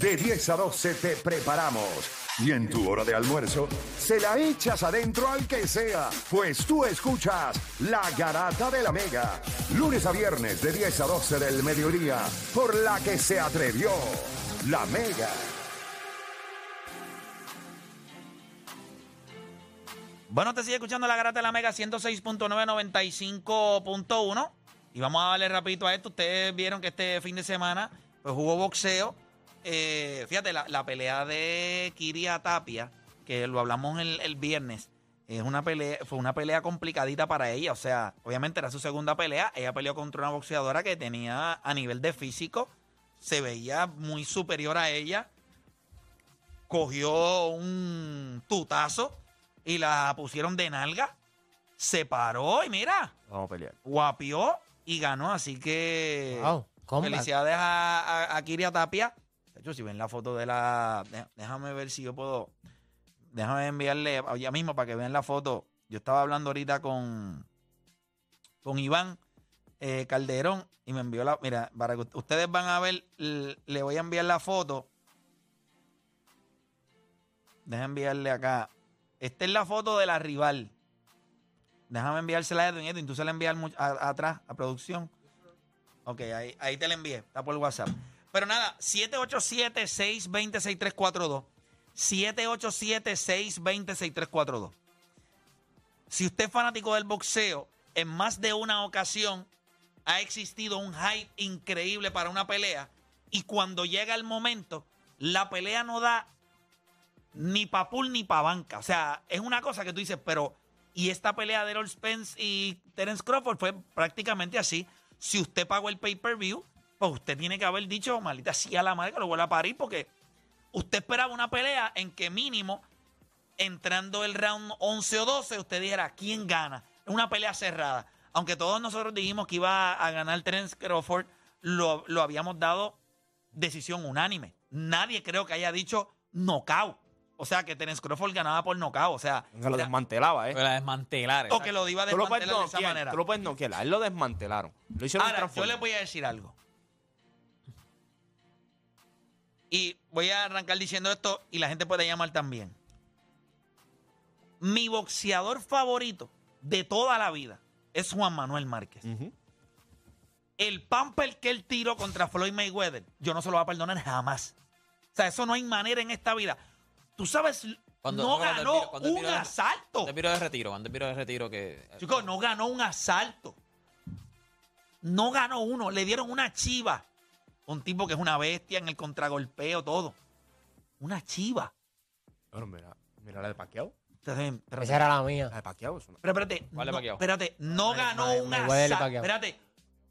De 10 a 12 te preparamos. Y en tu hora de almuerzo, se la echas adentro al que sea, pues tú escuchas La Garata de la Mega. Lunes a viernes de 10 a 12 del mediodía, por la que se atrevió La Mega. Bueno, te sigue escuchando la Garata de la Mega 106.995.1. Y vamos a darle rapidito a esto. Ustedes vieron que este fin de semana pues, jugó boxeo. Eh, fíjate, la, la pelea de Kiria Tapia, que lo hablamos el, el viernes, es una pelea, fue una pelea complicadita para ella. O sea, obviamente era su segunda pelea. Ella peleó contra una boxeadora que tenía a nivel de físico, se veía muy superior a ella. Cogió un tutazo y la pusieron de nalga. Se paró y mira, Vamos a pelear. guapió y ganó. Así que Wow, combat. felicidades a, a, a Kiria Tapia. De hecho, si ven la foto de la. de- Déjame ver si yo puedo. Déjame enviarle ya mismo para que vean la foto. Yo estaba hablando ahorita con, con Iván eh, Calderón y me envió la. Mira, para que ust- ustedes van a ver, l- le voy a enviar la foto. Déjame enviarle acá. Esta es la foto de la rival. Déjame enviársela a Edwin. Edwin, tú se la envías al much- a- atrás, a producción. Ok, ahí, ahí te la envié. Está por WhatsApp. Pero nada, 787-620-6342. 787-620-6342. Si usted es fanático del boxeo, en más de una ocasión ha existido un hype increíble para una pelea. Y cuando llega el momento, la pelea no da ni pa' pool ni pa' banca. O sea, es una cosa que tú dices, pero. Y esta pelea de Errol Spence y Terence Crawford fue prácticamente así. Si usted pagó el pay-per-view, pues usted tiene que haber dicho, malita, sí a la madre que lo vuelva a parir, porque usted esperaba una pelea en que mínimo, entrando el round 11 o 12, usted dijera, ¿quién gana? Una pelea cerrada. Aunque todos nosotros dijimos que iba a ganar Terence Crawford, lo, lo habíamos dado decisión unánime. Nadie creo que haya dicho knockout. O sea, que Terence Crawford ganaba por knockout. O sea, Nunca lo era- desmantelaba, ¿eh? Pero la desmantelar. o que lo iba a Tú lo puedes desmantelar de esa noquear, manera. tú lo puedes noquear. A Él lo desmantelaron. Lo hicieron Ahora, yo transformar. les voy a decir algo. Y voy a arrancar diciendo esto y la gente puede llamar también. Mi boxeador favorito de toda la vida es Juan Manuel Márquez. Ujú. El pamper que él tiró contra Floyd Mayweather, yo no se lo voy a perdonar jamás. O sea, eso no hay manera en esta vida. Tú sabes, Cuando- no cuando el ganó tiro- cuando el un tiro de- asalto. Cuando el tiro de retiro, cuando el tiro de retiro que. eh, Chicos, no ganó un asalto. No ganó uno. Le dieron una chiva. Un tipo que es una bestia en el contragolpeo, todo. Una chiva. Bueno, mira, mira la de Paquiao. Entonces, pero- Esa era la mía. La de Paquiao es una... pero espérate, ¿Cuál no, es Pacquiao? espérate, no Mayweather- ganó un Mayweather y asalto. Pacquiao. Espérate.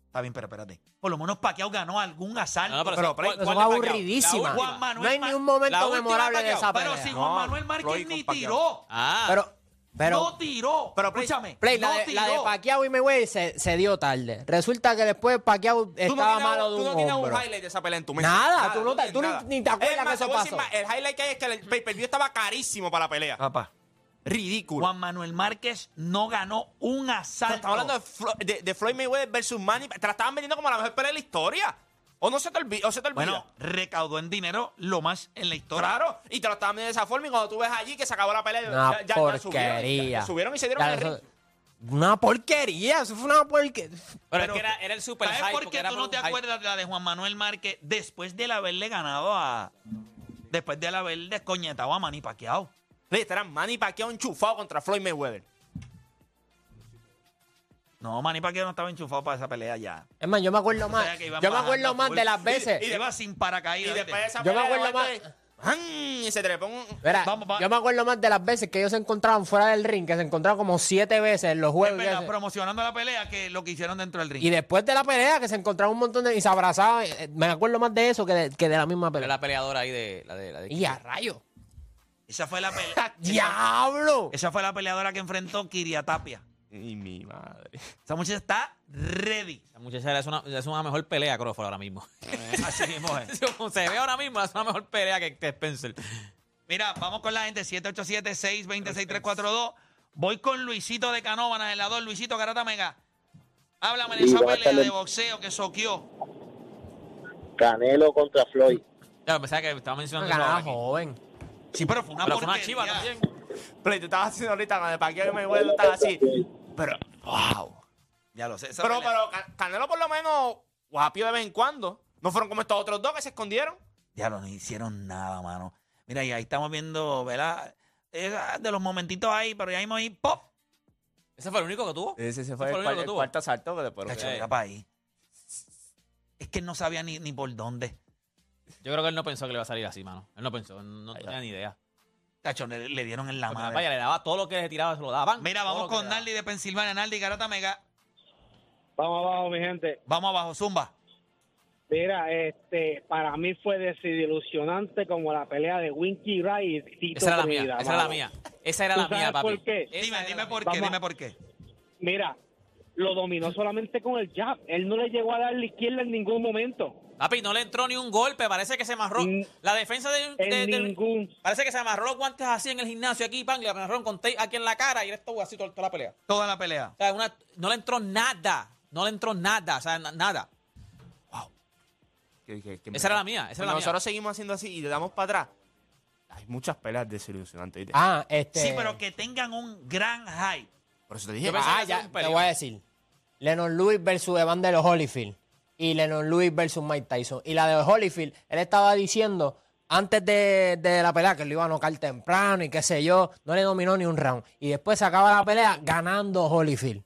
Está bien, pero espérate. Por lo menos Pacquiao ganó algún asalto. No, no, ¿cuál- Pero, pero cuál Eso de fue Pacquiao? aburridísima. La última. Juan Manuel No hay Ma- ni un la momento última memorable de Pacquiao. esa pero pelea. si No, Juan Manuel Floyd Márquez con ni Pacquiao. tiró. Ah, Pero, pero, no tiró. pero, Play- escúchame. Play, no la, de, tiró. la de Pacquiao y Mayweather se, se dio tarde. Resulta que después Pacquiao Tú no estaba tienes- malo de Tú un no tienes un hombro. highlight de esa pelea en tu mente. Nada, tú no te- tienes tú ni- nada. ni te acuerdas Es más, que eso te voy a decir pasó. más, el highlight que hay es que el pay-per-view estaba carísimo para la pelea. Papá, Ridículo. Juan Manuel Márquez no ganó un asalto. Estamos hablando de, Flo- de- de Floyd Mayweather versus Manny. Te la estaban vendiendo como la mejor pelea de la historia. O no se te olvida. O se te olvida. Bueno, recaudó en dinero lo más en la historia. Claro, y te lo estaban viendo de esa forma y cuando tú ves allí que se acabó la pelea, Una ya, ya- ya subieron, porquería. ya- ya subieron y se dieron Ya, el eso- ring. Una porquería. Eso fue una porquería. pero es pero- que era, era el super ¿Sabes hype. por porque qué era tú no un te hype. acuerdas de la de Juan Manuel Márquez después de haberle ganado a. Después de haber descoñetado a Manny Pacquiao? Este era Manny Pacquiao enchufado contra Floyd Mayweather. No, Manny Pacquiao no estaba enchufado para esa pelea ya. Es más, yo me acuerdo más. sea, que iban Ah, Yo me bajando acuerdo más full. de las veces. Y iba sin Y paracaídas. ¿viste? después de esa Yo me pelea, acuerdo de momento, ¡ah! y se trepó un... Mira, Vamos, va- yo me acuerdo más de las veces que ellos se encontraban fuera del ring, que se encontraban como siete veces en los Es juegos. y, verdad, eso. promocionando la pelea que lo que hicieron dentro del ring. Y después de la pelea, que se encontraban un montón de. y se abrazaban. eh, Me acuerdo más de eso que de, que de la misma Pero pelea. la peleadora ahí de la de la de. Y a rayo. Esa fue la Ah, pelea. esa, ¡Diablo! esa fue la peleadora que enfrentó Kiria Tapia. Y mi madre. Esa muchacha está ready. La muchacha es una, es una mejor pelea, Crawford, ahora mismo. Así mismo es. Como se ve ahora mismo, es una mejor pelea que que Spencer. Mira, vamos con la gente, 787-626-342. Voy con Luisito de Canóvanas, el lado Luisito Garata Mega. Háblame de Sí, esa buenas pelea tardes. de boxeo que soqueó. Canelo contra Floyd. Ya, pensaba que estaba mencionando a Ganaba Slovaki. joven. Sí, pero fue una Pero fue una porquería. chiva también. Play, tú estabas haciendo ahorita cuando el Pacquiao y Mayweather estaba así. Pero, wow. Ya lo sé. esa Pero, pelea- pero Can- Canelo por lo menos guapio de vez en cuando. No fueron como estos otros dos que se escondieron. Ya lo no hicieron nada, mano. Mira, y ahí estamos viendo, ¿verdad? Esa- de los momentitos ahí, pero ya mismo ahí, ¡pop! Ese fue el único que tuvo. Ese, se fue el cual- el cuarto asalto que después. Cacho, eh. mira pa' ahí. Es que él no sabía ni, ni por dónde. Yo creo que él no pensó que le iba a salir así, mano. Él no pensó, no, no tenía ni idea. Cacho, le, le dieron en la Porque, madre. Vaya, le daba todo lo que le tiraba, se lo daban. Mira, Todo vamos lo que con le daba. Naldi de Pensilvania. Naldi, Garata Mega. Vamos abajo, mi gente. Vamos abajo, Zumba. Mira, este, para mí fue desilusionante como la pelea de Winky Ray y Tito Esa era la mía, Trinidad, esa era la mano. mía. Esa era ¿Tú la mía, sabes papi. por qué? Esa Dime, era dime la por mía. qué, Vamos. dime por qué. Mira, lo dominó solamente con el jab. Él no le llegó a dar la izquierda en ningún momento. Papi, no le entró ni un golpe, parece que se amarró. Mm. La defensa de, En de- de- ningún. Parece que se amarró los guantes así en el gimnasio aquí, pan, y le amarraron con tape aquí en la cara y él estuvo así toda, toda la pelea. Toda la pelea. O sea, una- no le entró nada, no le entró nada, o sea, na- nada. Esa era la mía, esa era la mía. Nosotros seguimos haciendo así y le damos para atrás. Hay muchas peleas desilusionantes. ¿viste? Ah, este. Sí, pero que tengan un gran hype. Por eso te dije. Yo pensé- Ah, que ya, son te peleas. voy a decir. Lennon Lewis versus Evander Holyfield. Y Lennon Lewis versus Mike Tyson. Y la de Holyfield, él estaba diciendo antes de, de la pelea que lo iba a nocar temprano y qué sé yo. No le dominó ni un round. Y después se acaba la pelea ganando Holyfield.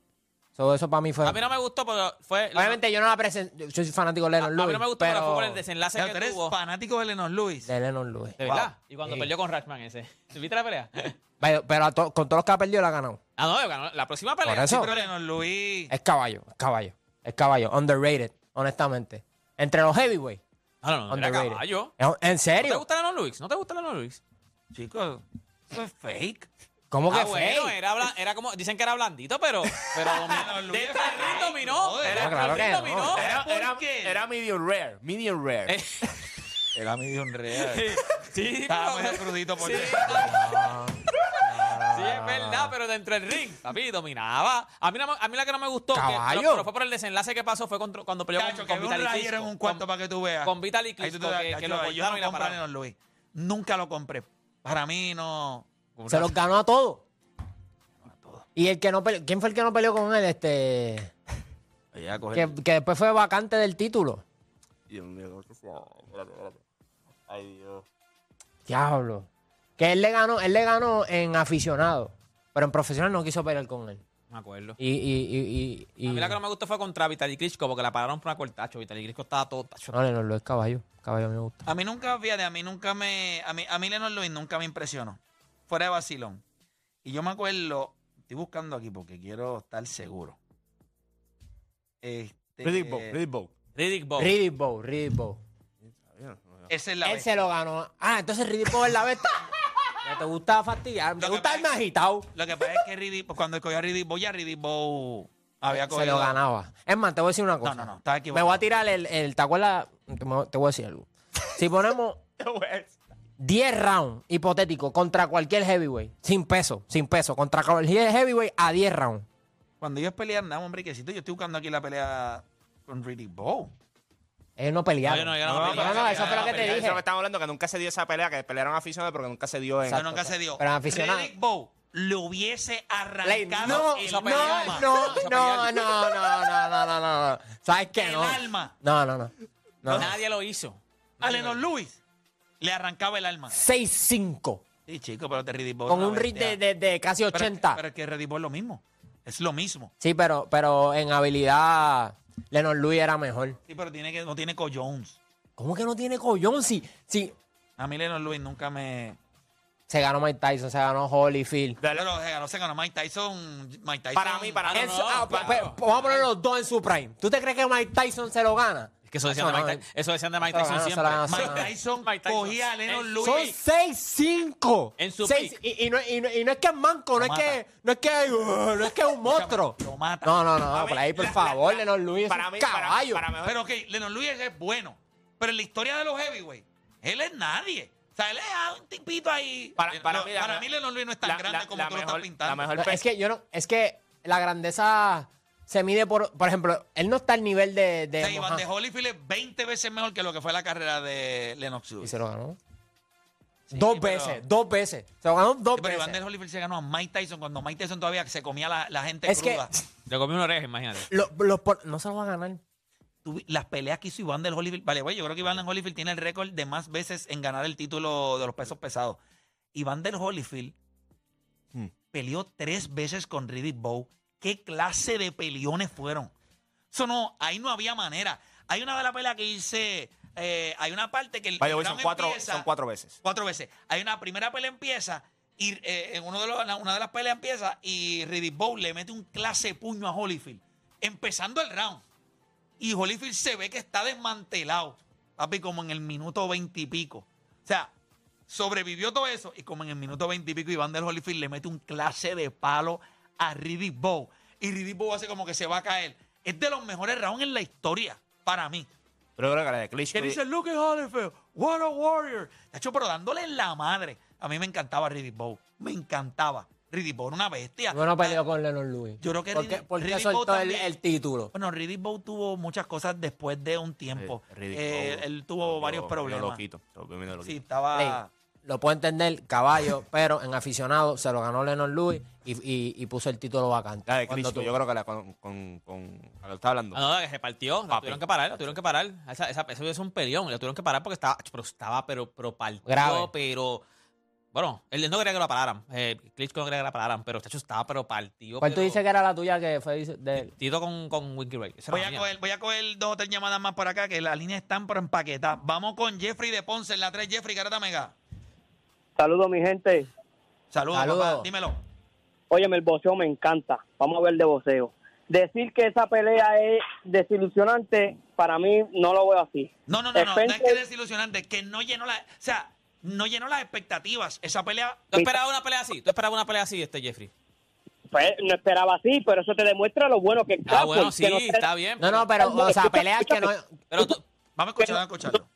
So, eso para mí fue. Ah, A mí no me gustó, pero fue. Obviamente yo no la presenté. Yo soy fanático de a, a Lennon mí Lewis. no me gustó, pero, fue por el desenlace Ya, que tú eres tuvo. fanático de Lennon Lewis. De Lennon Lewis. De verdad. Wow. Y cuando Sí. perdió con Rashman ese. ¿Tú viste la pelea? Pero, pero a to- con todos los que ha perdido la ha ganado. ah, no, ganó la próxima pelea. Por eso. Sí, Pero Lennon Lewis. Es caballo, es caballo. Es caballo. Underrated, honestamente. Entre los heavyweight. pero- Ah, no, no, no, era Underrated. caballo. Es un- ¿En ¿No te serio? gusta Lennon Lewis? ¿No te gusta Lennon Lewis? Chicos, eso es fake. ¿Cómo que ah, bueno, fake? era, blan- era como, dicen que era blandito, pero, pero dominó. Luis de es este fake, ring dominó. brother. Era este No, claro el ring que no. dominó. Era, ¿por era, qué? era medium rare. Medium rare. Eh, Era medio un real. sí, Estaba pero- medio crudito por sí, dentro. Ah. sí, es verdad, pero dentro del ring, papi, dominaba. A mí, no me- a mí la que no me gustó, que- Caballo. pero, pero fue por el desenlace que pasó, fue contra- cuando peleó Cacho, con, que con ve un Vitaly rayero en Klitschko. un cuarto Con- para que tú veas. con Vitaly Ahí tú te Klitschko, das- que- Cacho, que lo Yo apoyaron y no la compré a pararon. Lennon Lewis. Nunca lo compré. Para mí no. Se los ganó a todos. Y el que no peleó, ¿quién fue el que no peleó con él? Este. Ella Pues coge- Que, que después fue vacante del título. Dios mío, qué feo. Espérate, espérate. Ay, Dios. Diablo. Que él le ganó, él le ganó en aficionado. Pero en profesional no quiso pelear con él. Me acuerdo. Y, y, y, y, A mí y la que no me gustó fue contra Vitaly Klitschko, porque la pararon por una cortacho. Vitaly Klitschko estaba todo tacho. no, no, lo es caballo. Caballo a mí me gusta. A mí nunca, fíjate, a mí nunca me. A mí, a mí Lennon Lewis nunca me impresionó. Fuera de vacilón. Y yo me acuerdo. Estoy buscando aquí porque quiero estar seguro. Este, Riddick Bowe, Riddick Bowe. Riddick Bowe. Riddick Bowe, Riddick Bowe. Esa es Oh. la Él bestia. se lo ganó. Ah, entonces Riddick Bowe es la bestia. Ya te gusta fastidiar, te Lo que gusta pasa- irme agitado. Lo que pasa es que Riddick Bowe- cuando cogió a Riddick Bowe, ya Riddick Bowe había cogido. Se lo ganaba. Es más, te voy a decir una cosa. no, no, estaba Me equivocado. voy a tirar el. el ¿Te acuerdas? Te me- te voy a decir algo. Si ponemos 10 rounds hipotéticos contra cualquier heavyweight, sin peso, sin peso, contra cualquier heavyweight a 10 rounds. Cuando ellos pelean, andamos un briquecito. Yo estoy buscando aquí la pelea con Riddick Bowe. Ellos no pelearon. No, yo no, yo no no, peleé. no, eso fue lo que te Eso es lo dije. que estamos hablando, que nunca se dio esa pelea, que pelearon aficionados, pero que nunca se dio en... Eso nunca se dio. Pero aficionado. Riddick Bowe lo hubiese Play, arrancado No, el no, alma. no, no, no, no, no, no, no, no. ¿Sabes qué? El No. alma. No, no, no. no. Nadie lo hizo. A Lennon Lewis le arrancaba el alma. 6-5. Sí, chico, pero te Riddick Bowe Con es un una rit bestia. de, de- de casi Pero es que- 80. Pero es que Riddick Bowe es lo mismo. Es lo mismo. Sí, pero, pero en habilidad, Lennon Lewis era mejor. Sí, pero tiene que, no tiene Jones. ¿Cómo que no tiene collón? Si, si A mí Lennon Lewis nunca me... se ganó Mike Tyson, se ganó Holyfield. Dale. Pero se ganó, se ganó Mike Tyson. Mike Tyson. Para mí, para mí. Eso- no, ah, pe- claro. pe- vamos a poner los dos en su prime. ¿Tú te crees que Mike Tyson se lo gana? Es que eso decían, Ah, Eso de no, eh, Mike, Tyson- eso decían de eso Mike lo Tyson ganó, siempre. eso lo ganó. Mike Tyson Mike Tyson. cogía a Lennon En- Lewis. Son 6-5. En su Seis- peak. y, y no, y no- y no es que es manco, no Lo es que, no es que, uh, no es que es un monstruo. Lo mata. No, no, no, A ver, por ahí, por la- la- favor, la- Lennon Lewis es para un mí, para- caballo. para mejor- Pero que Lennon Lewis es bueno. Pero en la historia de los heavyweight, él es nadie. O sea, él es un tipito ahí. Eh, Para- para Lo- mí, la- para mí Lennon Lewis no es tan la- grande la- como la tú lo mejor- estás pintando. la mejor No, pe- es que yo no, es que la grandeza se mide por, por ejemplo, él no está al nivel de, de Sí, Iván Mohamed. de Holyfield es 20 veces mejor que lo que fue la carrera de Lennox Y Lewis. se lo ganó. dos pero- veces, dos veces. Se lo ganó dos Pero Iván de veces. Holyfield se ganó a Mike Tyson cuando Mike Tyson todavía se comía la, la gente Es que- cruda. Le comí una oreja, imagínate. Lo- los por- no se lo va a ganar. Tú- las peleas que hizo Iván del Holyfield. Vale, güey, yo creo que Iván del Holyfield tiene el récord de más veces en ganar el título de los pesos pesados. Iván del Holyfield Hmm. peleó tres veces con Riddick Bow. ¿Qué clase de peleones fueron? Eso no, ahí no había manera. Hay una de las peleas que hice. eh, hay una parte que el. Vaya, el hoy son round cuatro, empieza- son cuatro veces. cuatro veces. Hay una primera pelea empieza y eh, en uno de los- la- una de las peleas empieza y Riddick Bowe le mete un clase de puño a Holyfield empezando el round. Y Holyfield se ve que está desmantelado, papi, como en el minuto veintipico. O sea, sobrevivió todo eso y como en el minuto veintipico Iván del Holyfield le mete un clase de palo a Riddick Bowe y Riddick Bowe hace como que se va a caer. Es de los mejores rounds en la historia para mí. Pero yo creo que la de Klitschko- Que dice Luke Holyfield, what a warrior. Tacho, pero dándole en la madre. A mí me encantaba Riddick Bowe. Me encantaba. Riddick Bowe era una bestia. Bueno, peleó Ah, con Lennon Lewis. Yo creo que porque, Riddick- porque Riddick Bowe soltó el, también. el título. Ah, Bueno, Riddick Bowe tuvo muchas cosas después de un tiempo. Eh, Riddick Eh, Bowe. él tuvo Yo- varios yo problemas. Lo quito. yo primero lo Sí, quito. estaba... Ey, lo puedo entender, caballo, pero en aficionado se lo ganó Lennon Lewis y, y- y puso el título vacante. La de Cuando Klitschko, tú- yo creo que la con, con, con la que está hablando. Ah, no, que se partió. La Papi. tuvieron que parar, la tuvieron que parar. Esa, esa, eso es un peleón. La tuvieron que parar porque estaba, pero estaba, pero, pero partido, Grave. pero. Bueno, él no quería que la pararan. Eh, Klitschko no quería que la pararan, pero Chacho estaba, pero partido. ¿Cuál Pues tú pero- dices que era la tuya que fue dice- de él? Tito con, con Winky Ray. Esa Voy era a, la mía. coger, voy a coger dos o tres llamadas más por acá, que las líneas están por empaquetar. Vamos con Jeffrey de Ponce en la 3. Jeffrey, Garata Mega. Saludos, mi gente. Saludos, Saludos. papá. Dímelo. Óyeme, el voceo me encanta. Vamos a ver de voceo. Decir que esa pelea es desilusionante, para mí no lo veo así. No, no, no, no, no es que Spencer- es desilusionante, que no llenó la, o sea, no llenó las expectativas. Esa pelea, ¿Tú esperabas una pelea así? ¿Tú esperabas una pelea así, este Jeffrey? Pues, no esperaba así, pero eso te demuestra lo bueno que es Ah, Crawford, bueno, sí, que no se- está bien. pues, No, no, pero, o sea, peleas que no. Pero tú- vamos a escuchar, vamos a escucharlo.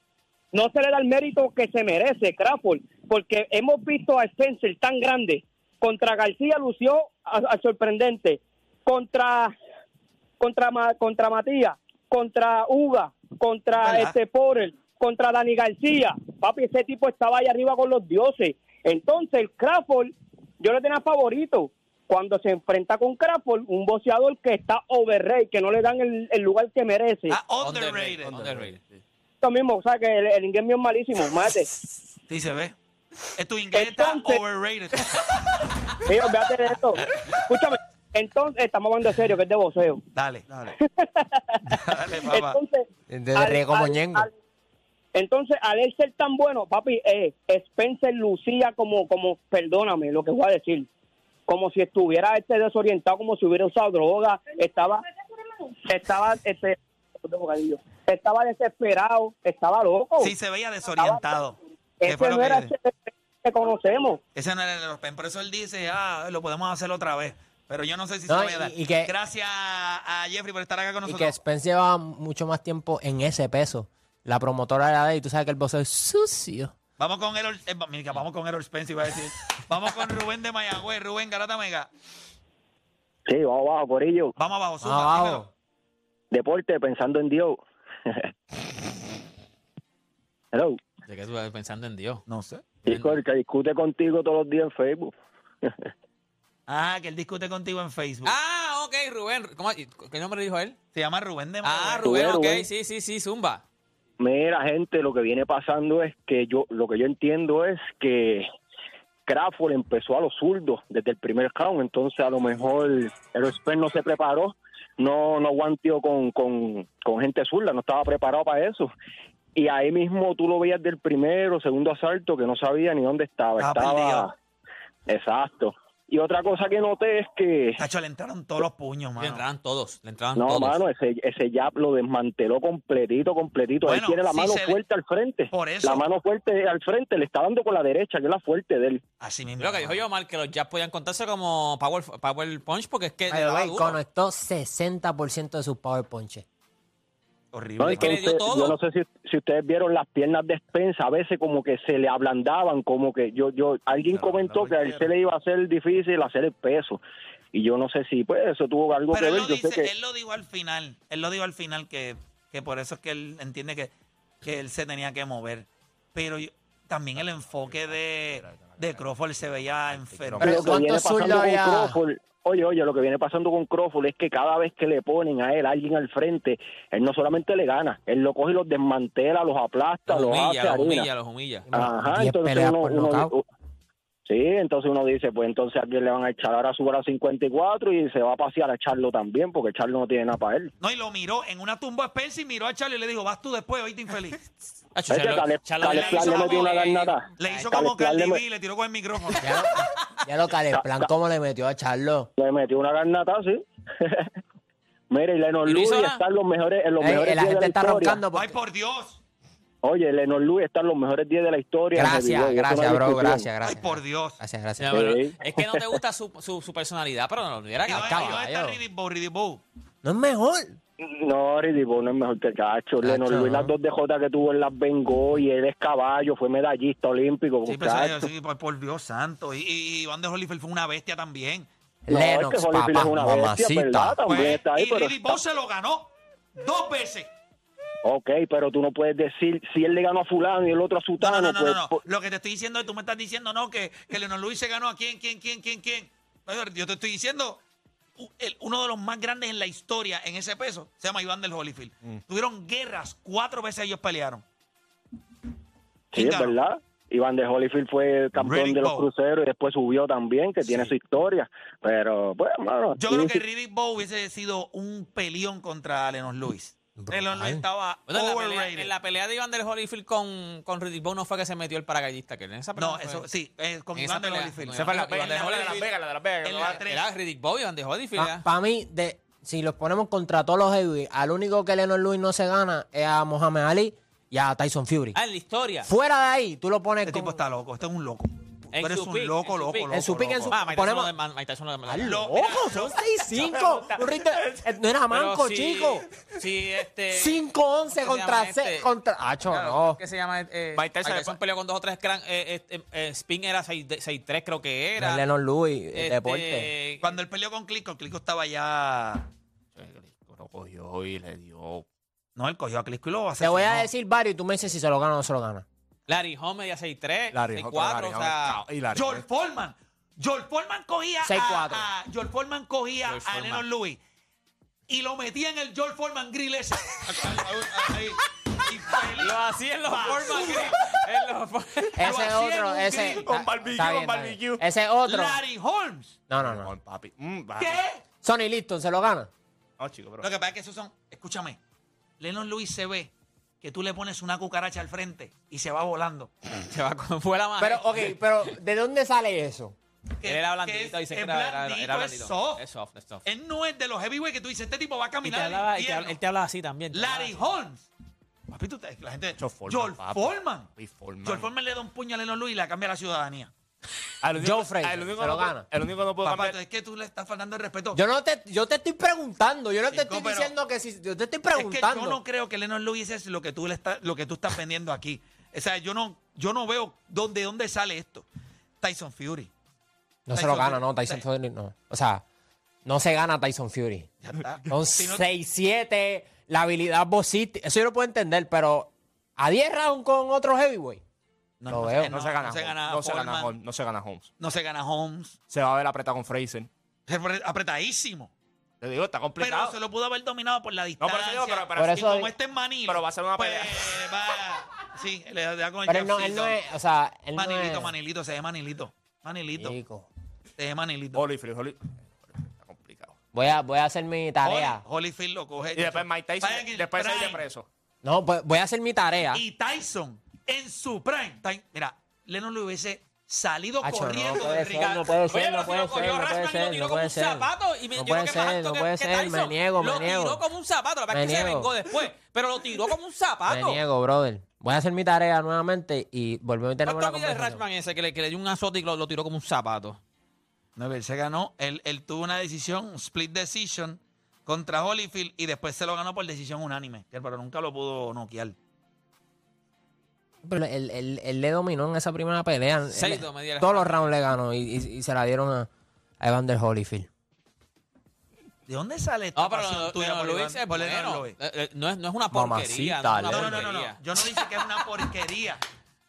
no se le da el mérito que se merece Crawford, porque hemos visto a Spencer tan grande. Contra García lució a- a sorprendente. Contra contra Ma- contra Matías, contra Uga, contra ¿Verdad? este Porter, contra Dani García. Papi, ese tipo estaba ahí arriba con los dioses. Entonces, el Crawford, yo le tenía favorito. Cuando se enfrenta con Crawford, un boxeador que está overrate, que no le dan el, el lugar que merece. Ah, underrated, underrated. underrated. Esto mismo, o sea, que el, el inglés mío es malísimo, mate. Sí, se ve. Eh, Tu inglés está Entonces- overrated. Sí, olvídate de esto. Escúchame, entonces, estamos hablando en serio, que es de voceo. Dale, dale. Dale, Eh, papá. Entonces, De Riego Moñengo. al- entonces, al él ser tan bueno, papi, eh, Spencer lucía como, como, perdóname lo que voy a decir, como si estuviera este desorientado, como si hubiera usado droga, estaba, estaba, este, bocadillo, estaba desesperado, estaba loco. Sí, se veía desorientado. ¿Qué Ese fue lo no que era dice? ese que conocemos. Ese no era el Open. Por eso él dice, ah, lo podemos hacer otra vez. Pero yo no sé si No, se va a dar. y- y que- Gracias a Jeffrey por estar acá con Y que nosotros. Spence llevaba mucho más tiempo en ese peso. La promotora era de él y tú sabes que el boxeo es sucio. Vamos con Errol, eh, mira, vamos con Errol Spence, iba a decir. Vamos con Rubén de Mayagüez, Rubén Garata Mega. Sí, vamos abajo, Corillo. Vamos abajo, suba, Ah, dímelo. wow. Deporte, pensando en Dios. Hello. De que tú pensando en Dios. No sé. Chico, el que discute contigo todos los días en Facebook. Ah, que él discute contigo en Facebook. Ah, ok, Rubén. ¿Cómo- ¿Qué nombre dijo él? Se llama Rubén de Ah, Mayagüez. Rubén, Rubén, ok, Rubén. sí, sí, sí, Zumba. Mira, gente, lo que viene pasando es que yo, lo que yo entiendo es que Crawford empezó a los zurdos desde el primer round, entonces a lo mejor el expert no se preparó, no, no guanteó con, con, con gente zurda, no estaba preparado para eso. Y ahí mismo tú lo veías del primero, segundo asalto, que no sabía ni dónde estaba. Estaba Estaba. Exacto. Y otra cosa que noté es que. Tacho, le entraron todos los puños, Le mano. entraban todos, le entraban No, todos. mano, ese, ese jab lo desmanteló completito, completito. Bueno, él tiene la sí mano se le- fuerte al frente. Por eso. La mano fuerte al frente le está dando con la derecha, que es la fuerte de él. Así mismo. Lo que dijo yo, Omar, que los jabs podían contarse como power, power punch porque es que le By the daba way, duro. conectó 60% de sus power punches. Horrible. No, que le dio entonces, todo. yo no sé si, si ustedes vieron las piernas de Spencer, a veces como que se le ablandaban, como que yo, yo, alguien Se ablandaba comentó que a él entero. se le iba a hacer difícil hacer el peso. y yo no sé si pues eso tuvo algo Pero que él ver. lo, Yo sé dice, que él lo dijo al final. Él lo dijo al final que, que por eso es que él entiende que, que él se tenía que mover. Pero yo- también el enfoque de, de Crawford se veía enfermo. Pero lo que ¿cuántos viene pasando zurdos con había? Crawford, oye, oye, lo que viene pasando con Crawford es que cada vez que le ponen a él alguien al frente, él no solamente le gana, él lo coge y los desmantela, los aplasta, Los los, humilla, hace los harina. humilla, los humilla. Ajá, Diez entonces peleas uno, por uno- nocaut. u- Sí, entonces uno dice, pues entonces a quién le van a echar ahora sube a la 54 y se va a pasear a Charlo también, porque Charlo no tiene nada para él. No, y lo miró en una tumba espesa y miró a Charlie y le dijo, vas tú después, oíste infeliz. Ah, Es que Charlo- Caleb- Charlo Caleb le Plant hizo le la metió una bola ahí. garnata. Le hizo Caleb como Plant Cardi le B me- y le tiró con el micrófono. Ya, lo- ya lo Caleplan, ¿cómo le metió a Charlo? Le metió una garnata, sí. Mira, y Lenor ¿Y lo Lewis hizo ahora? está en los mejores, en los Ey, mejores Eh, la días gente de la está historia. roncando. ¡Ay, porque- por Dios! Oye, Lenor Lewis está en los mejores días de la historia. Revivió, Gracias, y eso no hay gracias, bro, discusión. gracias, ¡Ay, gracias. por Dios! Gracias, Sí, no, gracias. pero Sí. es que no te gusta su, su, su personalidad, pero no lo hubiera Y no- cagado. y no está caballo. Ridibou, Ridibou. No es mejor. No, Ridibón no es mejor que Cacho. Lenor Cacho, Lewis, ¿no? las dos DJ que tuvo en las Bengó y él es caballo, fue medallista olímpico. Sí, con pero Cacho. eso- sí, por, por Dios santo. Y, y Iván de Holyfield fue una bestia también. No, es que Lennox, Holyfield es papá, una bestia, ¿verdad? mamacita. También Pues, está ahí, y pero Ridibou se lo ganó dos veces. Ok, pero tú no puedes decir si él le ganó a fulano y el otro a No, no, sutano. no, no, pues, no, no. po- Lo que te estoy diciendo es, tú me estás diciendo, no, que, que Leonor Luis se ganó a quién, quién, quién, quién, quién. Oye, Yo te estoy diciendo, u- el- uno de los más grandes en la historia en ese peso se llama Iván del Holyfield. Mm. Tuvieron guerras, cuatro veces ellos pelearon. sí, es verdad. Iván de Holyfield fue campeón Riddick de los Bowe. cruceros y después subió también, que tiene su historia. Pero, pues, bueno, mano, Yo creo sí, que Riddick Bowe hubiese sido un peleón contra Lennox Lewis. Lennox Lewis estaba Bueno, Pues en, la pelea, overrated. en la pelea de Iván del Holyfield con, con Riddick Bowe no fue que se metió el paracaidista. Que en esa pelea No, fue- eso sí, eh, con pues. En esa Iván del pelea, Holyfield. con Se fue la, la, Iván de la de Holyfield. Las Vegas, la de Las Vegas. En ¿no? la Vale. tres. Era Riddick Bowe y Iván del Holyfield. Para era. mí, de, si los ponemos contra todos los heavy, al único que Lennon Lewis no se gana es a Mohamed Ali y a Tyson Fury. Ah, en la historia. Fuera de ahí, tú lo pones Este tipo con- está loco, este es un loco. En Tú eres su un pick, loco, en su loco, pick. loco. En su pick, en su- Ah, Mike Tyson ponemos- lo de- Mike Tyson lo de- ¡Ah, Lo- loco! Son 6'5". Un ritmo- eh, No era Pero manco, si- chico. si este. 5'11 ¿cómo se contra llama 6. este? Contra... ¡Acho, Claro, no! ¿Qué se llama? Eh, Mike Tyson Tyson peleó con dos o tres gran, eh, eh, eh, Spin era 6-3 creo que No es era. Lennon Lewis, Este, eh, deporte. Cuando él peleó con Clico, Clico estaba ya. Lo cogió y le dio. No, él cogió a Clico y lo Te asesinó. voy a decir varios y tú me dices si se lo gana o no se lo gana. Larry Home ya 6-3, Larry, otro 6-4, o Larry, sea, y Larry. George pues. Foreman. George Foreman cogía. a, 6-4. a- George Foreman cogía George a Foreman. Lennon Lewis. Y lo metía en el George Foreman grill ese. Ahí. Y lo peleaba. hacía en los formas en los formas. Ese es hacía en otro. un Ese grill está- con barbecue, está bien, con está bien. barbecue. Ese es otro. Larry Holmes. No, no, no. Con papi. Mm, va. ¿Qué? Sonny Liston se lo gana. No, chico, bro. Lo que pasa es que esos son. Escúchame. Lennon Lewis se ve que tú le pones una cucaracha al frente y se va volando. Se va con fue la madre. Pero, ok, pero ¿de dónde sale eso? Que- él era que blandito, es- dice que es era, era- blandito, era es blandito. soft. Es soft, es soft. Él no es de los heavyweight que tú dices, este tipo va a Y te caminar. hablaba, y te infierno. habla- él te hablaba así también. te Larry hablaba. Holmes. Papi, tú te- la gente. George Foreman, George papi. Foreman. Papi, Foreman. George Foreman le da un puño a Lennon Lewis y la cambia a la ciudadanía. Al único- Joe Frazier, al único se lo no puedo- gana. El único no puedo Papá, cambiar. es que tú le estás faltando el respeto. Yo no te, yo te estoy preguntando, yo no te Chico, estoy pero- diciendo que si, yo te es que estoy yo no preguntando. creo que Lennon Lewis es lo que tú le estás, lo que tú estás vendiendo aquí. O sea, yo no, yo no veo dónde, dónde sale esto. Tyson Fury. No se lo Tyson gana, Fury. no, Tyson Fury no. O sea, no se gana Tyson Fury. Ya está. Son Si no- 6-7, la habilidad boxística, eso yo lo puedo entender, pero a 10 rounds con otro heavyweight. no, lo no veo. se- No No, No se gana no se gana Holmes. No se gana Foreman, Holmes. No se gana Holmes. no se gana Holmes. Se va a ver apretado con Fraser. Se fue Apretadísimo. Te digo, está complicado. Pero se lo pudo haber dominado por la No, distancia. por eso digo, pero, pero Por sí, eso- y como este es Manilo. pero va a ser una pues, pelea. va- sí, le da con el Pero él no, él jabcito. no es, o sea, él no Manilito, es... Manilito, se ve Manilito. Manilito, Chico. se ve Manilito. Holyfield, Holy- Está complicado. Voy a, voy a hacer mi tarea. Holy- Holyfield lo coge. Y después Mike Tyson. Vaya que Después Prime sale de preso. No, pues voy a hacer mi tarea. Y Tyson en su prime. time. Mira, Lennon le hubiese salido Acho, corriendo no puede del ser, no Ricardo. puede Oye, ser, no pero si lo puede cogió ser, no puede Rasman y lo ser, tiró no como un puede ser. zapato y me No tiró puede que más ser, alto no que- puede que ser, me Tyson. niego, me Lo tiró niego. como un zapato, la verdad Me es que se niego. vengó después, pero lo tiró como un Me zapato. niego, brother. Voy a hacer mi tarea nuevamente y volvemos a tener una ¿Cuánto mide el conversación. Rashman ese que le, que le dio un azote y lo, lo tiró como un zapato? No, él se ganó. Él, él tuvo una decisión, un split decision contra Holyfield y después se lo ganó por decisión unánime. que- Pero nunca lo pudo noquear. Pero él, él- él le dominó en esa primera pelea. Seis Él- dos, me di el todos los rounds le ganó y, y- y se la dieron a, a Evander Holyfield. ¿De dónde sale esta No, pero pasión Leonor- tuya Leonor por Luis Iván- es por Leonor bueno. Luis? Eh, eh, No es, no es una porquería. No, es una No, no, no, no, porquería. no. Yo no dije que es una porquería,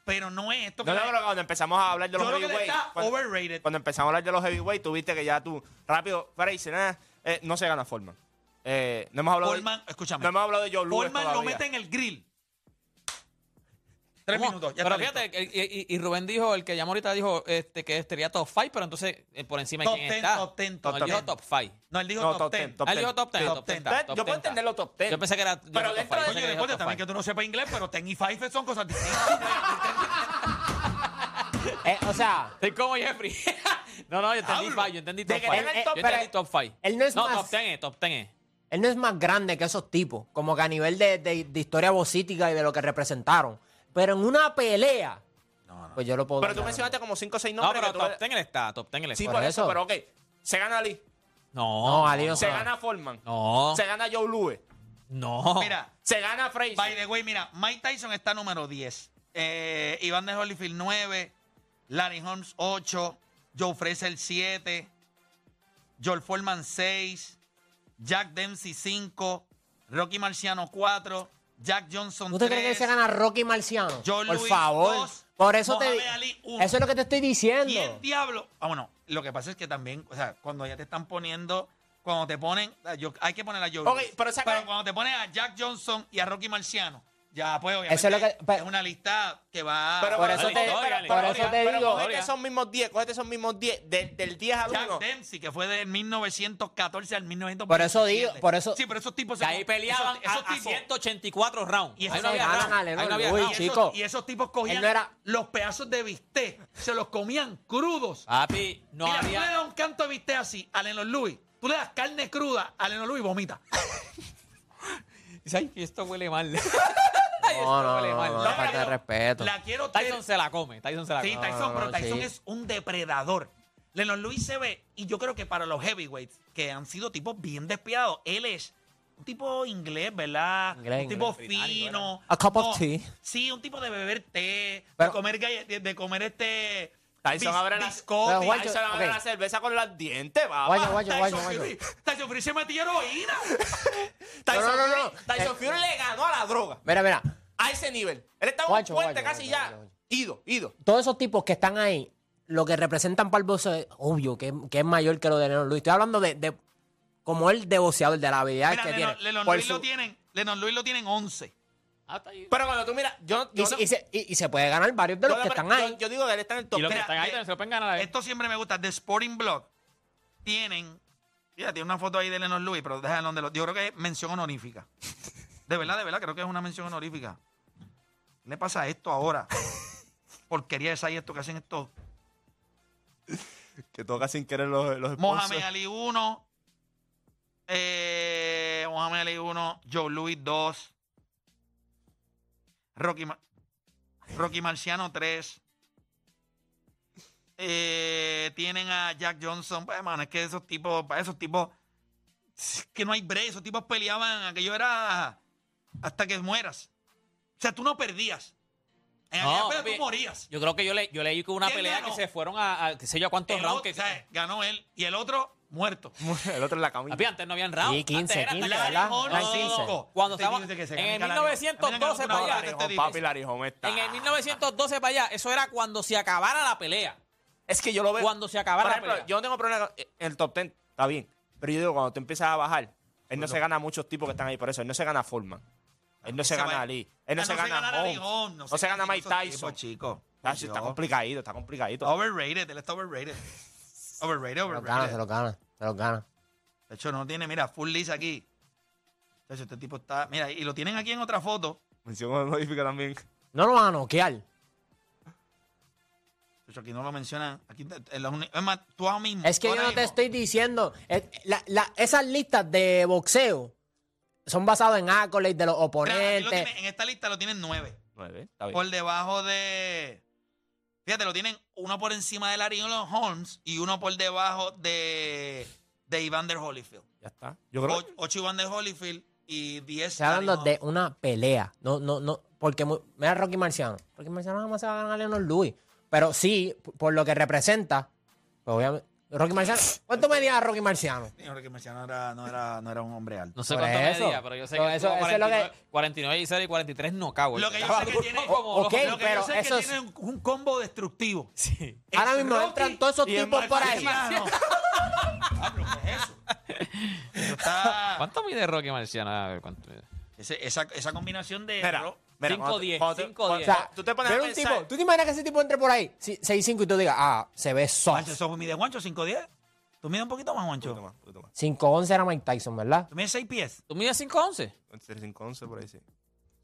pero no es esto. No, que no, la- pero cuando empezamos a hablar de los yo creo que le heavyweights. está Cuando, overrated. cuando empezamos a hablar de los heavyweights, tú viste que ya tú, rápido, Fraser, eh, eh, no se gana Foreman. Eh, no hemos hablado Foreman, de, escúchame. No hemos hablado de Joe Louis Foreman lo todavía. mete en el grill. Tres ¿Cómo? minutos, ya pero está fíjate, el- el- y, y Rubén dijo, el que llamó ahorita dijo este, que estaría top 5, pero entonces eh, por encima de Top quién 10, está. top 10, No, top él dijo 10. top 5. No, él dijo No, top top 10. ten, top Él dijo 10, top 10, sí. top 10. está, Yo top puedo 10 está. entenderlo top 10. Yo pensé que era yo Pero top dentro de- five, pensé Oye, que era recuerda top también que five. tú no sepas inglés, pero ten y five son cosas distintas. Eh, o sea, Estoy como Jeffrey. no, no, yo entendí Hablo. 5, yo entendí De top que 5. tenga el Yo top, entendí pero- top 5. él no es más- top 10 es, top 10 es. él no es más grande que esos tipos, como que a nivel de, de- de historia vocítica y de lo que representaron. Pero en una pelea, pues yo lo puedo Pero dar tú la- mencionaste como 5 o 6 No, nombres. pero que tú- top 10 él está, top 10 él Sí, está. por por, eso. eso. pero ok. Se gana Ali, No, No, Ali no se Ah. gana Foreman, No, se gana Joe Louis, no. Mira, se gana Fraser. by the way, mira, Mike Tyson está número 10. Eh, Iván de Holyfield 9. Larry Holmes 8. Joe Fraser 7. Joel Foreman 6. Jack Dempsey 5. Rocky Marciano 4. Jack Johnson 3. ¿Usted cree que se gana Rocky Marciano? John Por Lewis, favor. dos. Por eso te Mohamed Ali, uno. Eso es lo que te estoy Y el diciendo. diablo. Ah, bueno, lo que pasa es que también, o sea, cuando ya te están poniendo, cuando te ponen, ah, yo- hay que poner a Joe. Ok, Louis. pero saca- cuando te pones a Jack Johnson y a Rocky Marciano, ya pues obviamente Eso es lo que- pero- una lista que va. Pero Por coge- eso pero- te- pero- por pero- eso te pero digo- Cógete esos mismos 10, cógete esos mismos 10, del, del 10 al Jack 1. Dempsey, que fue de 1914 al 1927. Por eso digo, por eso- Sí, pero esos tipos Que ahí esos- peleaban esos, a, a tipos. 184 rounds. Y ahí eso no había ganan round, a Leonor ahí no había Luis, round. y, chico. esos, y esos tipos cogían Él no era- los pedazos de bistec, se los comían crudos. Ah, Papi, no Mira, tú le había. das un canto de bistec así a Lennon Lewis, tú le das carne cruda a Lennon Lewis y vomita. Dice, ay, esto huele mal. No, no, huele no, mal. no, No, falta de pero- respeto. La quiero tener. Tyson se la come. Tyson se la Sí, come. Tyson, no, pero no, Tyson sí. es un depredador. Lennon Lewis se ve, y yo creo que para los heavyweights, que han sido tipos bien despiadados, él es un tipo inglés, ¿verdad? Inglés, un tipo inglés. fino. A cup of No, tea. Sí, un tipo de beber té, Pero- de comer gallet- de, de comer este Tyson bis- abre la- biscotti. Pero, Juancho, Ahí se le abre ok. la cerveza con los dientes, va. Guayo, va. guayo, guayo, Tyson guayo. Fury, Tyson Fury se metió heroína. Tyson No, no, no, no. Fury- Tyson Eh. Fury le ganó a la droga. Mira, mira. A ese nivel. Él estaba Guacho, fuerte, guacho, casi guacho, ya. guacho, guacho. Ido, ido. Todos esos tipos que están ahí, lo que representan para el boxeo es obvio que, que es mayor que lo de Leonor Luis. Estoy hablando de, de como el de boxeador, de la habilidad Mira, que Lennon, tiene. Lennon Por Lewis su- lo tienen, Lennon Lewis lo tienen 11. Hasta ahí. Pero cuando tú miras, yo, y, yo se- no- y se, y- y se puede ganar varios de yo los no- que están yo- ahí. Yo digo que él está en el top. Y los que Mira, están ahí eh, también se lo pueden ganar. eh. Esto siempre me gusta. The Sporting Blog tienen. Mira, tiene una foto ahí de Lennon Lewis, pero déjalo donde lo. Yo creo que es mención honorífica. De verdad, de verdad, creo que es una mención honorífica. ¿Qué le pasa a esto ahora? Porquería esa y esto que hacen estos. Que toca sin querer los, los Mohamed Ali 1. Eh, Mohamed Ali 1. Joe Louis 2. Rocky, Ma- Rocky Marciano 3. Eh, tienen a Jack Johnson. Pues, mano, es que esos tipos, para esos tipos, es que no hay break. Esos tipos peleaban, aquello era hasta que mueras. O sea, tú no perdías. En No, aquella pelea papi. tú morías. Yo creo que yo, le, yo leí que hubo una ¿Quién pelea ganó? que se fueron a, a qué sé yo a cuántos El rounds. otro, Que, o sea, ganó él y el otro muerto. El otro en la camilla. Papi, antes no habían rounds. Sí, 15, Antes era hasta 15, que- ¿verdad? Larry Holmes, Eran no, no, no, 15. no. Cuando Usted dice estábamos que se en el cambia la lengua. 1912 Mira, para no, allá. no, no, te estoy no, no, papi, Larijón está. En el 1912 para allá, eso era cuando se acabara la pelea. Es que yo lo veo. Cuando se acabara Por la ejemplo, pelea. yo no tengo problema con- eh, en el top 10, está bien. Pero yo digo, cuando tú empiezas a bajar, él no se gana a muchos tipos que están ahí por eso. Él no se gana a Foreman. Él no se se gana va- a Ali. Él no Ah, se gana a Larry Holmes. Holmes, No se gana a Mike esos Tyson. tipos, chico. Ah, sí, Está Dios. complicadito, está complicadito. Overrated, él está overrated. Overrated, Se los gana, se overrated. los gana, se los gana. De hecho, no tiene, mira, full list aquí. De hecho, este tipo está. Mira, y lo tienen aquí en otra foto. Mención honorífica también. No lo van a noquear. De hecho, aquí no lo mencionan. Aquí, te- en la uni- es más, tú ahora mismo. Es que tú yo ahora no te mismo, estoy diciendo. eh, la- la- esas listas de boxeo son basadas en accolades de los mira, aquí lo oponentes. tienen- en esta lista lo tienen nueve. Nueve, está bien. Por debajo de. Fíjate, lo tienen uno por encima de Larry Holmes y uno por debajo de. De Iván der Holyfield. Ya está. Yo creo. O- Ocho Iván der Holyfield y diez. Estoy hablando Larry de una pelea. No, no, no. Porque mu- mira Rocky Marciano. Rocky Marciano jamás se va a ganar a Leonor Lewis. Pero sí, p- por lo que representa, pues obviamente, Rocky Marciano. ¿Cuánto medía Rocky Marciano? Señor que Marciano era- no, era, no era un hombre alto. No sé Por cuánto eso. medía, pero yo sé que Pero eso- tuvo eso es lo que- 49, 49 y 0 y 43 no cago. Lo que yo sé que tiene, O- ok, lo que pero yo sé es eso que es- tiene un, un combo destructivo. Es Ahora mismo Rocky entran todos esos y es tipos por ahí. Marciano. Pablo, ¿qué es eso? Eso está- ¿Cuánto mide Rocky Marciano? A ver, ¿cuánto mide? Ese- esa, esa combinación de... Mira, Ro- mira, Cinco, cuando te- diez, cuando te- cinco, cuando- O diez. sea, tú te pones a ver un pensar- tipo, ¿tú te imaginas que ese tipo entre por ahí? Sí, 6'5 y tú digas, ah, se ve soft. Juancho, ¿eso mide Juancho 5'10? ¿Tú mides un poquito más, Tú Juancho? toma, tú toma. 5'11 era Mike Tyson, ¿verdad? ¿Tú mides 6 pies? ¿Tú mides 5'11? Entre 5 11 por ahí, sí.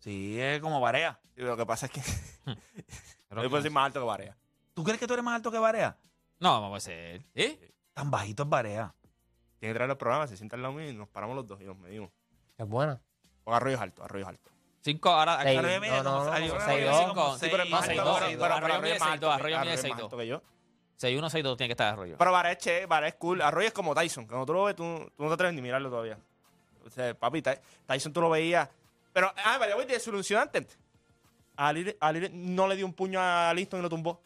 Sí, es como Varea. Y lo que pasa es que Rocky yo puedo ser Marciano. más alto que Varea. ¿Tú crees que tú eres más alto que Varea? No, vamos a ser. ¿Eh? Tan bajito es Varea. Tiene que traer los programas, se sienta al lado mío y nos paramos los dos y nos medimos. Es buena. Porque Arroyo es alto, Arroyo es alto. 5 ahora. Seis. Pero yo mide no, no, como- no, ay, yo como creo que yo seis, soy dos. como Sí, seis, pero es más seis, alto, dos, pero- seis, pero- dos. pero Arroyo Arroyo es mide más seis, alto dos, que- Arroyo mide Arroyo es seis, más dos. alto que yo. 6'1, 6'2 tiene que estar Arroyo. Pero Varea es chévere, Varea es cool. Arroyo es como Tyson. Cuando tú lo ves, tú, tú no te atreves ni mirarlo todavía. O sea, papi, Ty- Tyson tú lo veías. Pero, ah, vale, voy de solucionante. Ali, Ali no le dio un puño a Liston y lo tumbó.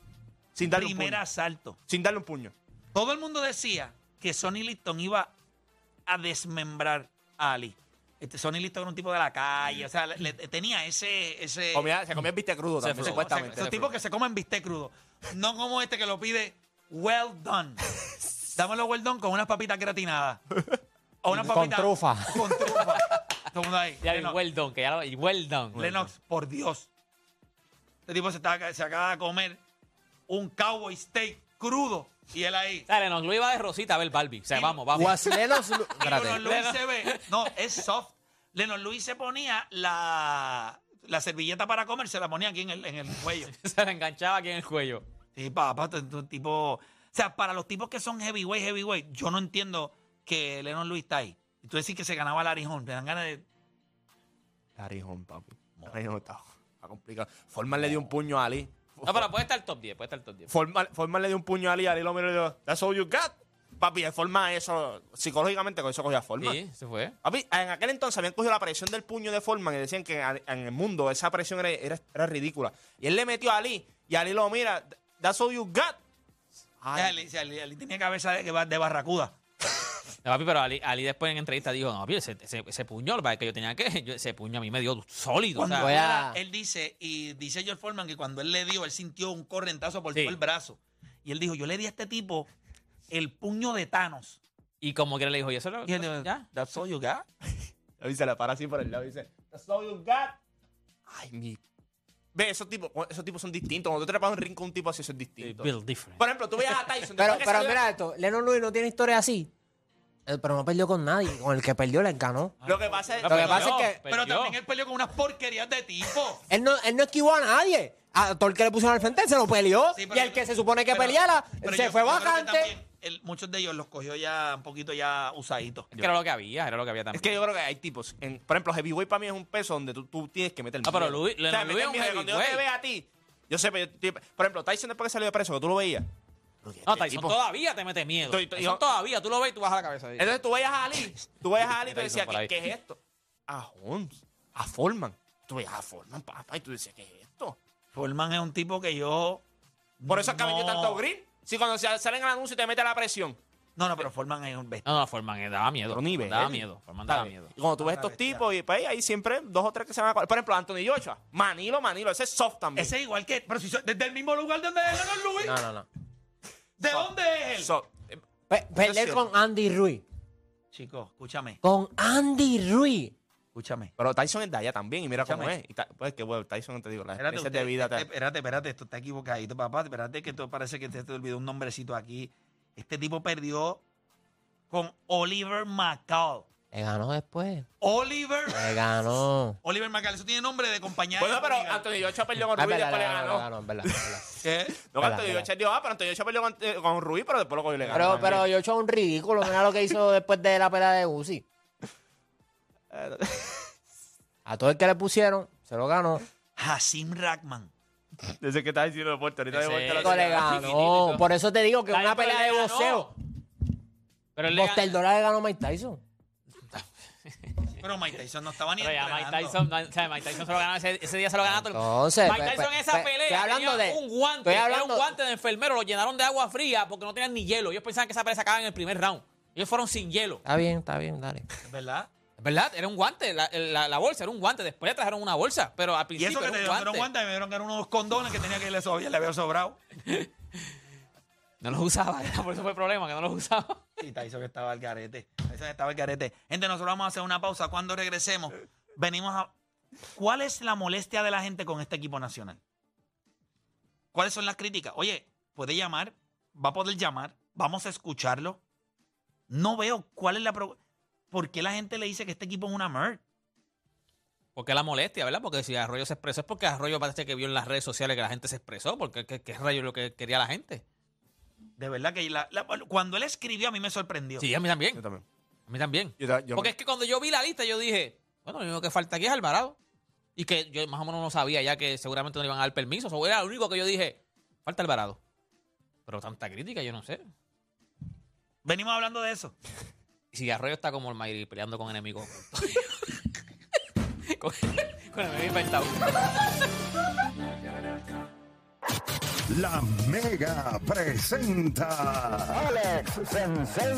Sin darle Primer un puño. asalto. Sin darle un puño. Todo el mundo decía que Sonny Liston iba a desmembrar a Ali. Este Sonny Liston era un tipo de la calle, o sea, le- le- tenía ese... ese Comía- se comía el viste crudo Se también, fregó, supuestamente. Esos tipos que se comen bistec crudo. No como este que lo pide well done. Dámelo well done con unas papitas gratinadas. O unas Con papitas... trufa. Con trufa. Todo el mundo ahí. Ya, y Lenox, well done, que ya lo. y Well done. Lenox, por Dios. Este tipo se, está, se acaba de comer un cowboy steak crudo y él ahí... Dale, Lenox, lo iba de Rosita a ver Barbie. O sea, Y- vamos, vamos. Was Lenos Lu- Y Espérate. Leonor Luis se ve. No, es soft. Leonor Luis se ponía la, la servilleta para comer, se la ponía aquí en el, en el cuello. Se la enganchaba aquí en el cuello. Sí, papá, tú- tú tipo. O sea, para los tipos que son heavyweight, heavyweight, yo no entiendo que Leonor Luis está ahí. Y tú decís que se ganaba el arijón, te dan ganas de. Arijón, papi. Arijón está, está complicado. Forman le dio un puño a Ali. No, pero puede estar top 10, puede estar top 10. Forman, Forman le dio un puño a Ali, Ali lo miró y le dijo, that's all you got. Papi, de forma eso, psicológicamente con eso cogía forma. Sí, se fue. Papi, en aquel entonces habían cogido la presión del puño de Forman y decían que a- en el mundo esa presión era, era- era ridícula. Y él le metió a Ali y Ali lo mira, that's all you got. Ay, Ali, Ali- Ali tenía cabeza de, de barracuda. No, papi, pero Ali, Ali después en entrevista dijo, no, papi, ese, ese, ese puño, lo que yo tenía que, yo- ese puño a mí me dio sólido. o Cuando sea, Voy a- era- él dice, y dice George Foreman que cuando él le dio, él sintió un correntazo por Sí. todo el brazo. Y él dijo: Yo le di a este tipo el puño de Thanos. Y como que le dijo, y eso lo, Y él dijo, ya. That's all you got. Y se le para así por el lado y dice, that's all you got. Ay, mi... Ve, esos tipos, esos tipos son distintos. Cuando tú trepas un rincón, un tipo así, eso es distinto. Build different. Por ejemplo, tú veías a Tyson. Pero, después que pero salió- mira esto, Lennon Luis no tiene historia así. Eh, Pero no perdió con nadie. Con el que perdió le ganó. Lo que pasa es Lo que pasa es que- Pero también él peleó con unas porquerías de tipo. Él no, él no esquivó a nadie. A todo el que le pusieron al frente él se lo peleó. Sí, y pero el yo- que se supone que pero- peleara pero se yo- fue yo creo que bajante. también él- muchos de ellos los cogió ya un poquito ya usaditos. Es que era lo que había, era lo que había también. Es que yo creo que hay tipos. en- por ejemplo, heavyweight para mí es un peso donde tú, tú tienes que meter Ah, pero miedo. Luis- o sea, Leonard meter Luis es un miedo. Cuando yo te heavyweight. vea a ti, yo sé, pero yo- yo- por ejemplo, Tyson después que salió de preso, que tú lo veías. no, este Tyson tipo- todavía te mete miedo. Estoy- estoy- Tyson todavía, tú lo ves y tú bajas la cabeza. ahí. Entonces tú veías a Ali, tú veías a Ali y tú Tyson decías, por ¿qué, ahí. qué es esto? A Holmes, a Foreman. Tú veías a Foreman, papá, y tú decías, ¿qué es esto? Foreman es un tipo que yo. Por eso es que ha no- venido tanto Green. Si cuando se- salen al anuncio te mete la presión. No, no, pero Foreman es un bestia. No, no, Forman eh, daba miedo. Otro nivel. Daba miedo. Forman daba miedo. Y cuando tú ves Una estos Ah, bestia. tipos, y pues, ahí siempre dos o tres que se van a. Por ejemplo, Anthony Joshua. Manilo, Manilo, ese es soft también. Ese es igual que. Pero si so- desde el mismo lugar de donde es Leonard Lewis. No, no, no. ¿De dónde es él? Soft. Eh, Pe- perder sé. con Andy Ruiz. Chicos, escúchame, Con Andy Ruiz. escúchame. Pero Tyson es de allá también, y mira cómo Escúchame. es. Y ta- pues que bueno, Tyson te digo, la Espérate, experiencia usted- de vida. te- este- espérate, espérate, esto está equivocadito, papá. Espérate que esto parece que te, te olvidó un nombrecito aquí. Este tipo perdió con Oliver McCall. Le ganó después. Oliver Le ganó. Oliver Macal, eso tiene nombre de compañía. Bueno, de pero Oliver. Anthony Joshua perdió con Ah, es Rubí y verdad, después le le ganó, le ganó. ganó, es verdad, es verdad. ¿Qué? No, Verdad, Anthony verdad. Joshua dijo, ah, pero Anthony Joshua perdió con, eh, con Rubí, pero después lo cogió y le ganó. Pero, pero yo he hecho un ridículo. Mira lo que hizo después de la pelea de Uzi. A todo el que le pusieron, se lo ganó. Hasim Rackman. Desde que estás diciendo deporte, ahorita de Ese- vuelta lo Pero le ganó. Por eso te digo que Está una bien, pero pelea le de ganó. boxeo. Pero él le Buster ganó- Dola le ganó a Mike Tyson. Pero Mike Tyson no estaba ni Pero ya Mike entrenando. Tyson, no, o sea, Mike Tyson se lo ganó ese, ese día se lo ganó a todo el mundo. Entonces, Mike pe- Tyson pe- en esa pe- pelea estoy hablando tenía de- un guante, estoy era un hablando- guante de enfermero, lo llenaron de agua fría porque no tenían ni hielo. Ellos pensaban que esa pelea se acababa en el primer round. Ellos fueron sin hielo. Está bien, está bien, dale. ¿Verdad? Es ¿Verdad? Era un guante, la, la- la bolsa, era un guante. Después le trajeron una bolsa, pero al Y principio eso que era te un dieron guante. un guante y me dieron que eran unos condones que tenía que irle sobrar, le había sobrado. No los usaba, por eso fue el problema, que no los usaba. Y Tyson estaba al garete. Tyson estaba al garete. Gente, nosotros vamos a hacer una pausa. Cuando regresemos, venimos a. ¿Cuál es la molestia de la gente con este equipo nacional? ¿Cuáles son las críticas? Oye, puede llamar, va a poder llamar, vamos a escucharlo. No veo cuál es la. pro- ¿Por qué la gente le dice que este equipo es una mer? Porque la molestia, ¿verdad? Porque si Arroyo se expresó es porque Arroyo parece que vio en las redes sociales que la gente se expresó, porque qué, qué rayo es lo que quería la gente. De verdad que la- la- cuando él escribió a mí me sorprendió. Sí, a mí también, Yo también. a mí también. Yo, ta- yo Porque me- es que cuando yo vi la lista, yo dije, bueno, lo único que falta aquí es Alvarado. Y que yo más o menos no sabía ya que seguramente no le iban a dar permiso. O sea, era lo único que yo dije, falta Alvarado. Pero tanta crítica, yo no sé. Venimos hablando de eso. Y si Arroyo está como el Mayri peleando con enemigos. ocultos. con, con enemigos inventados. La Mega presenta. Alex Sensei.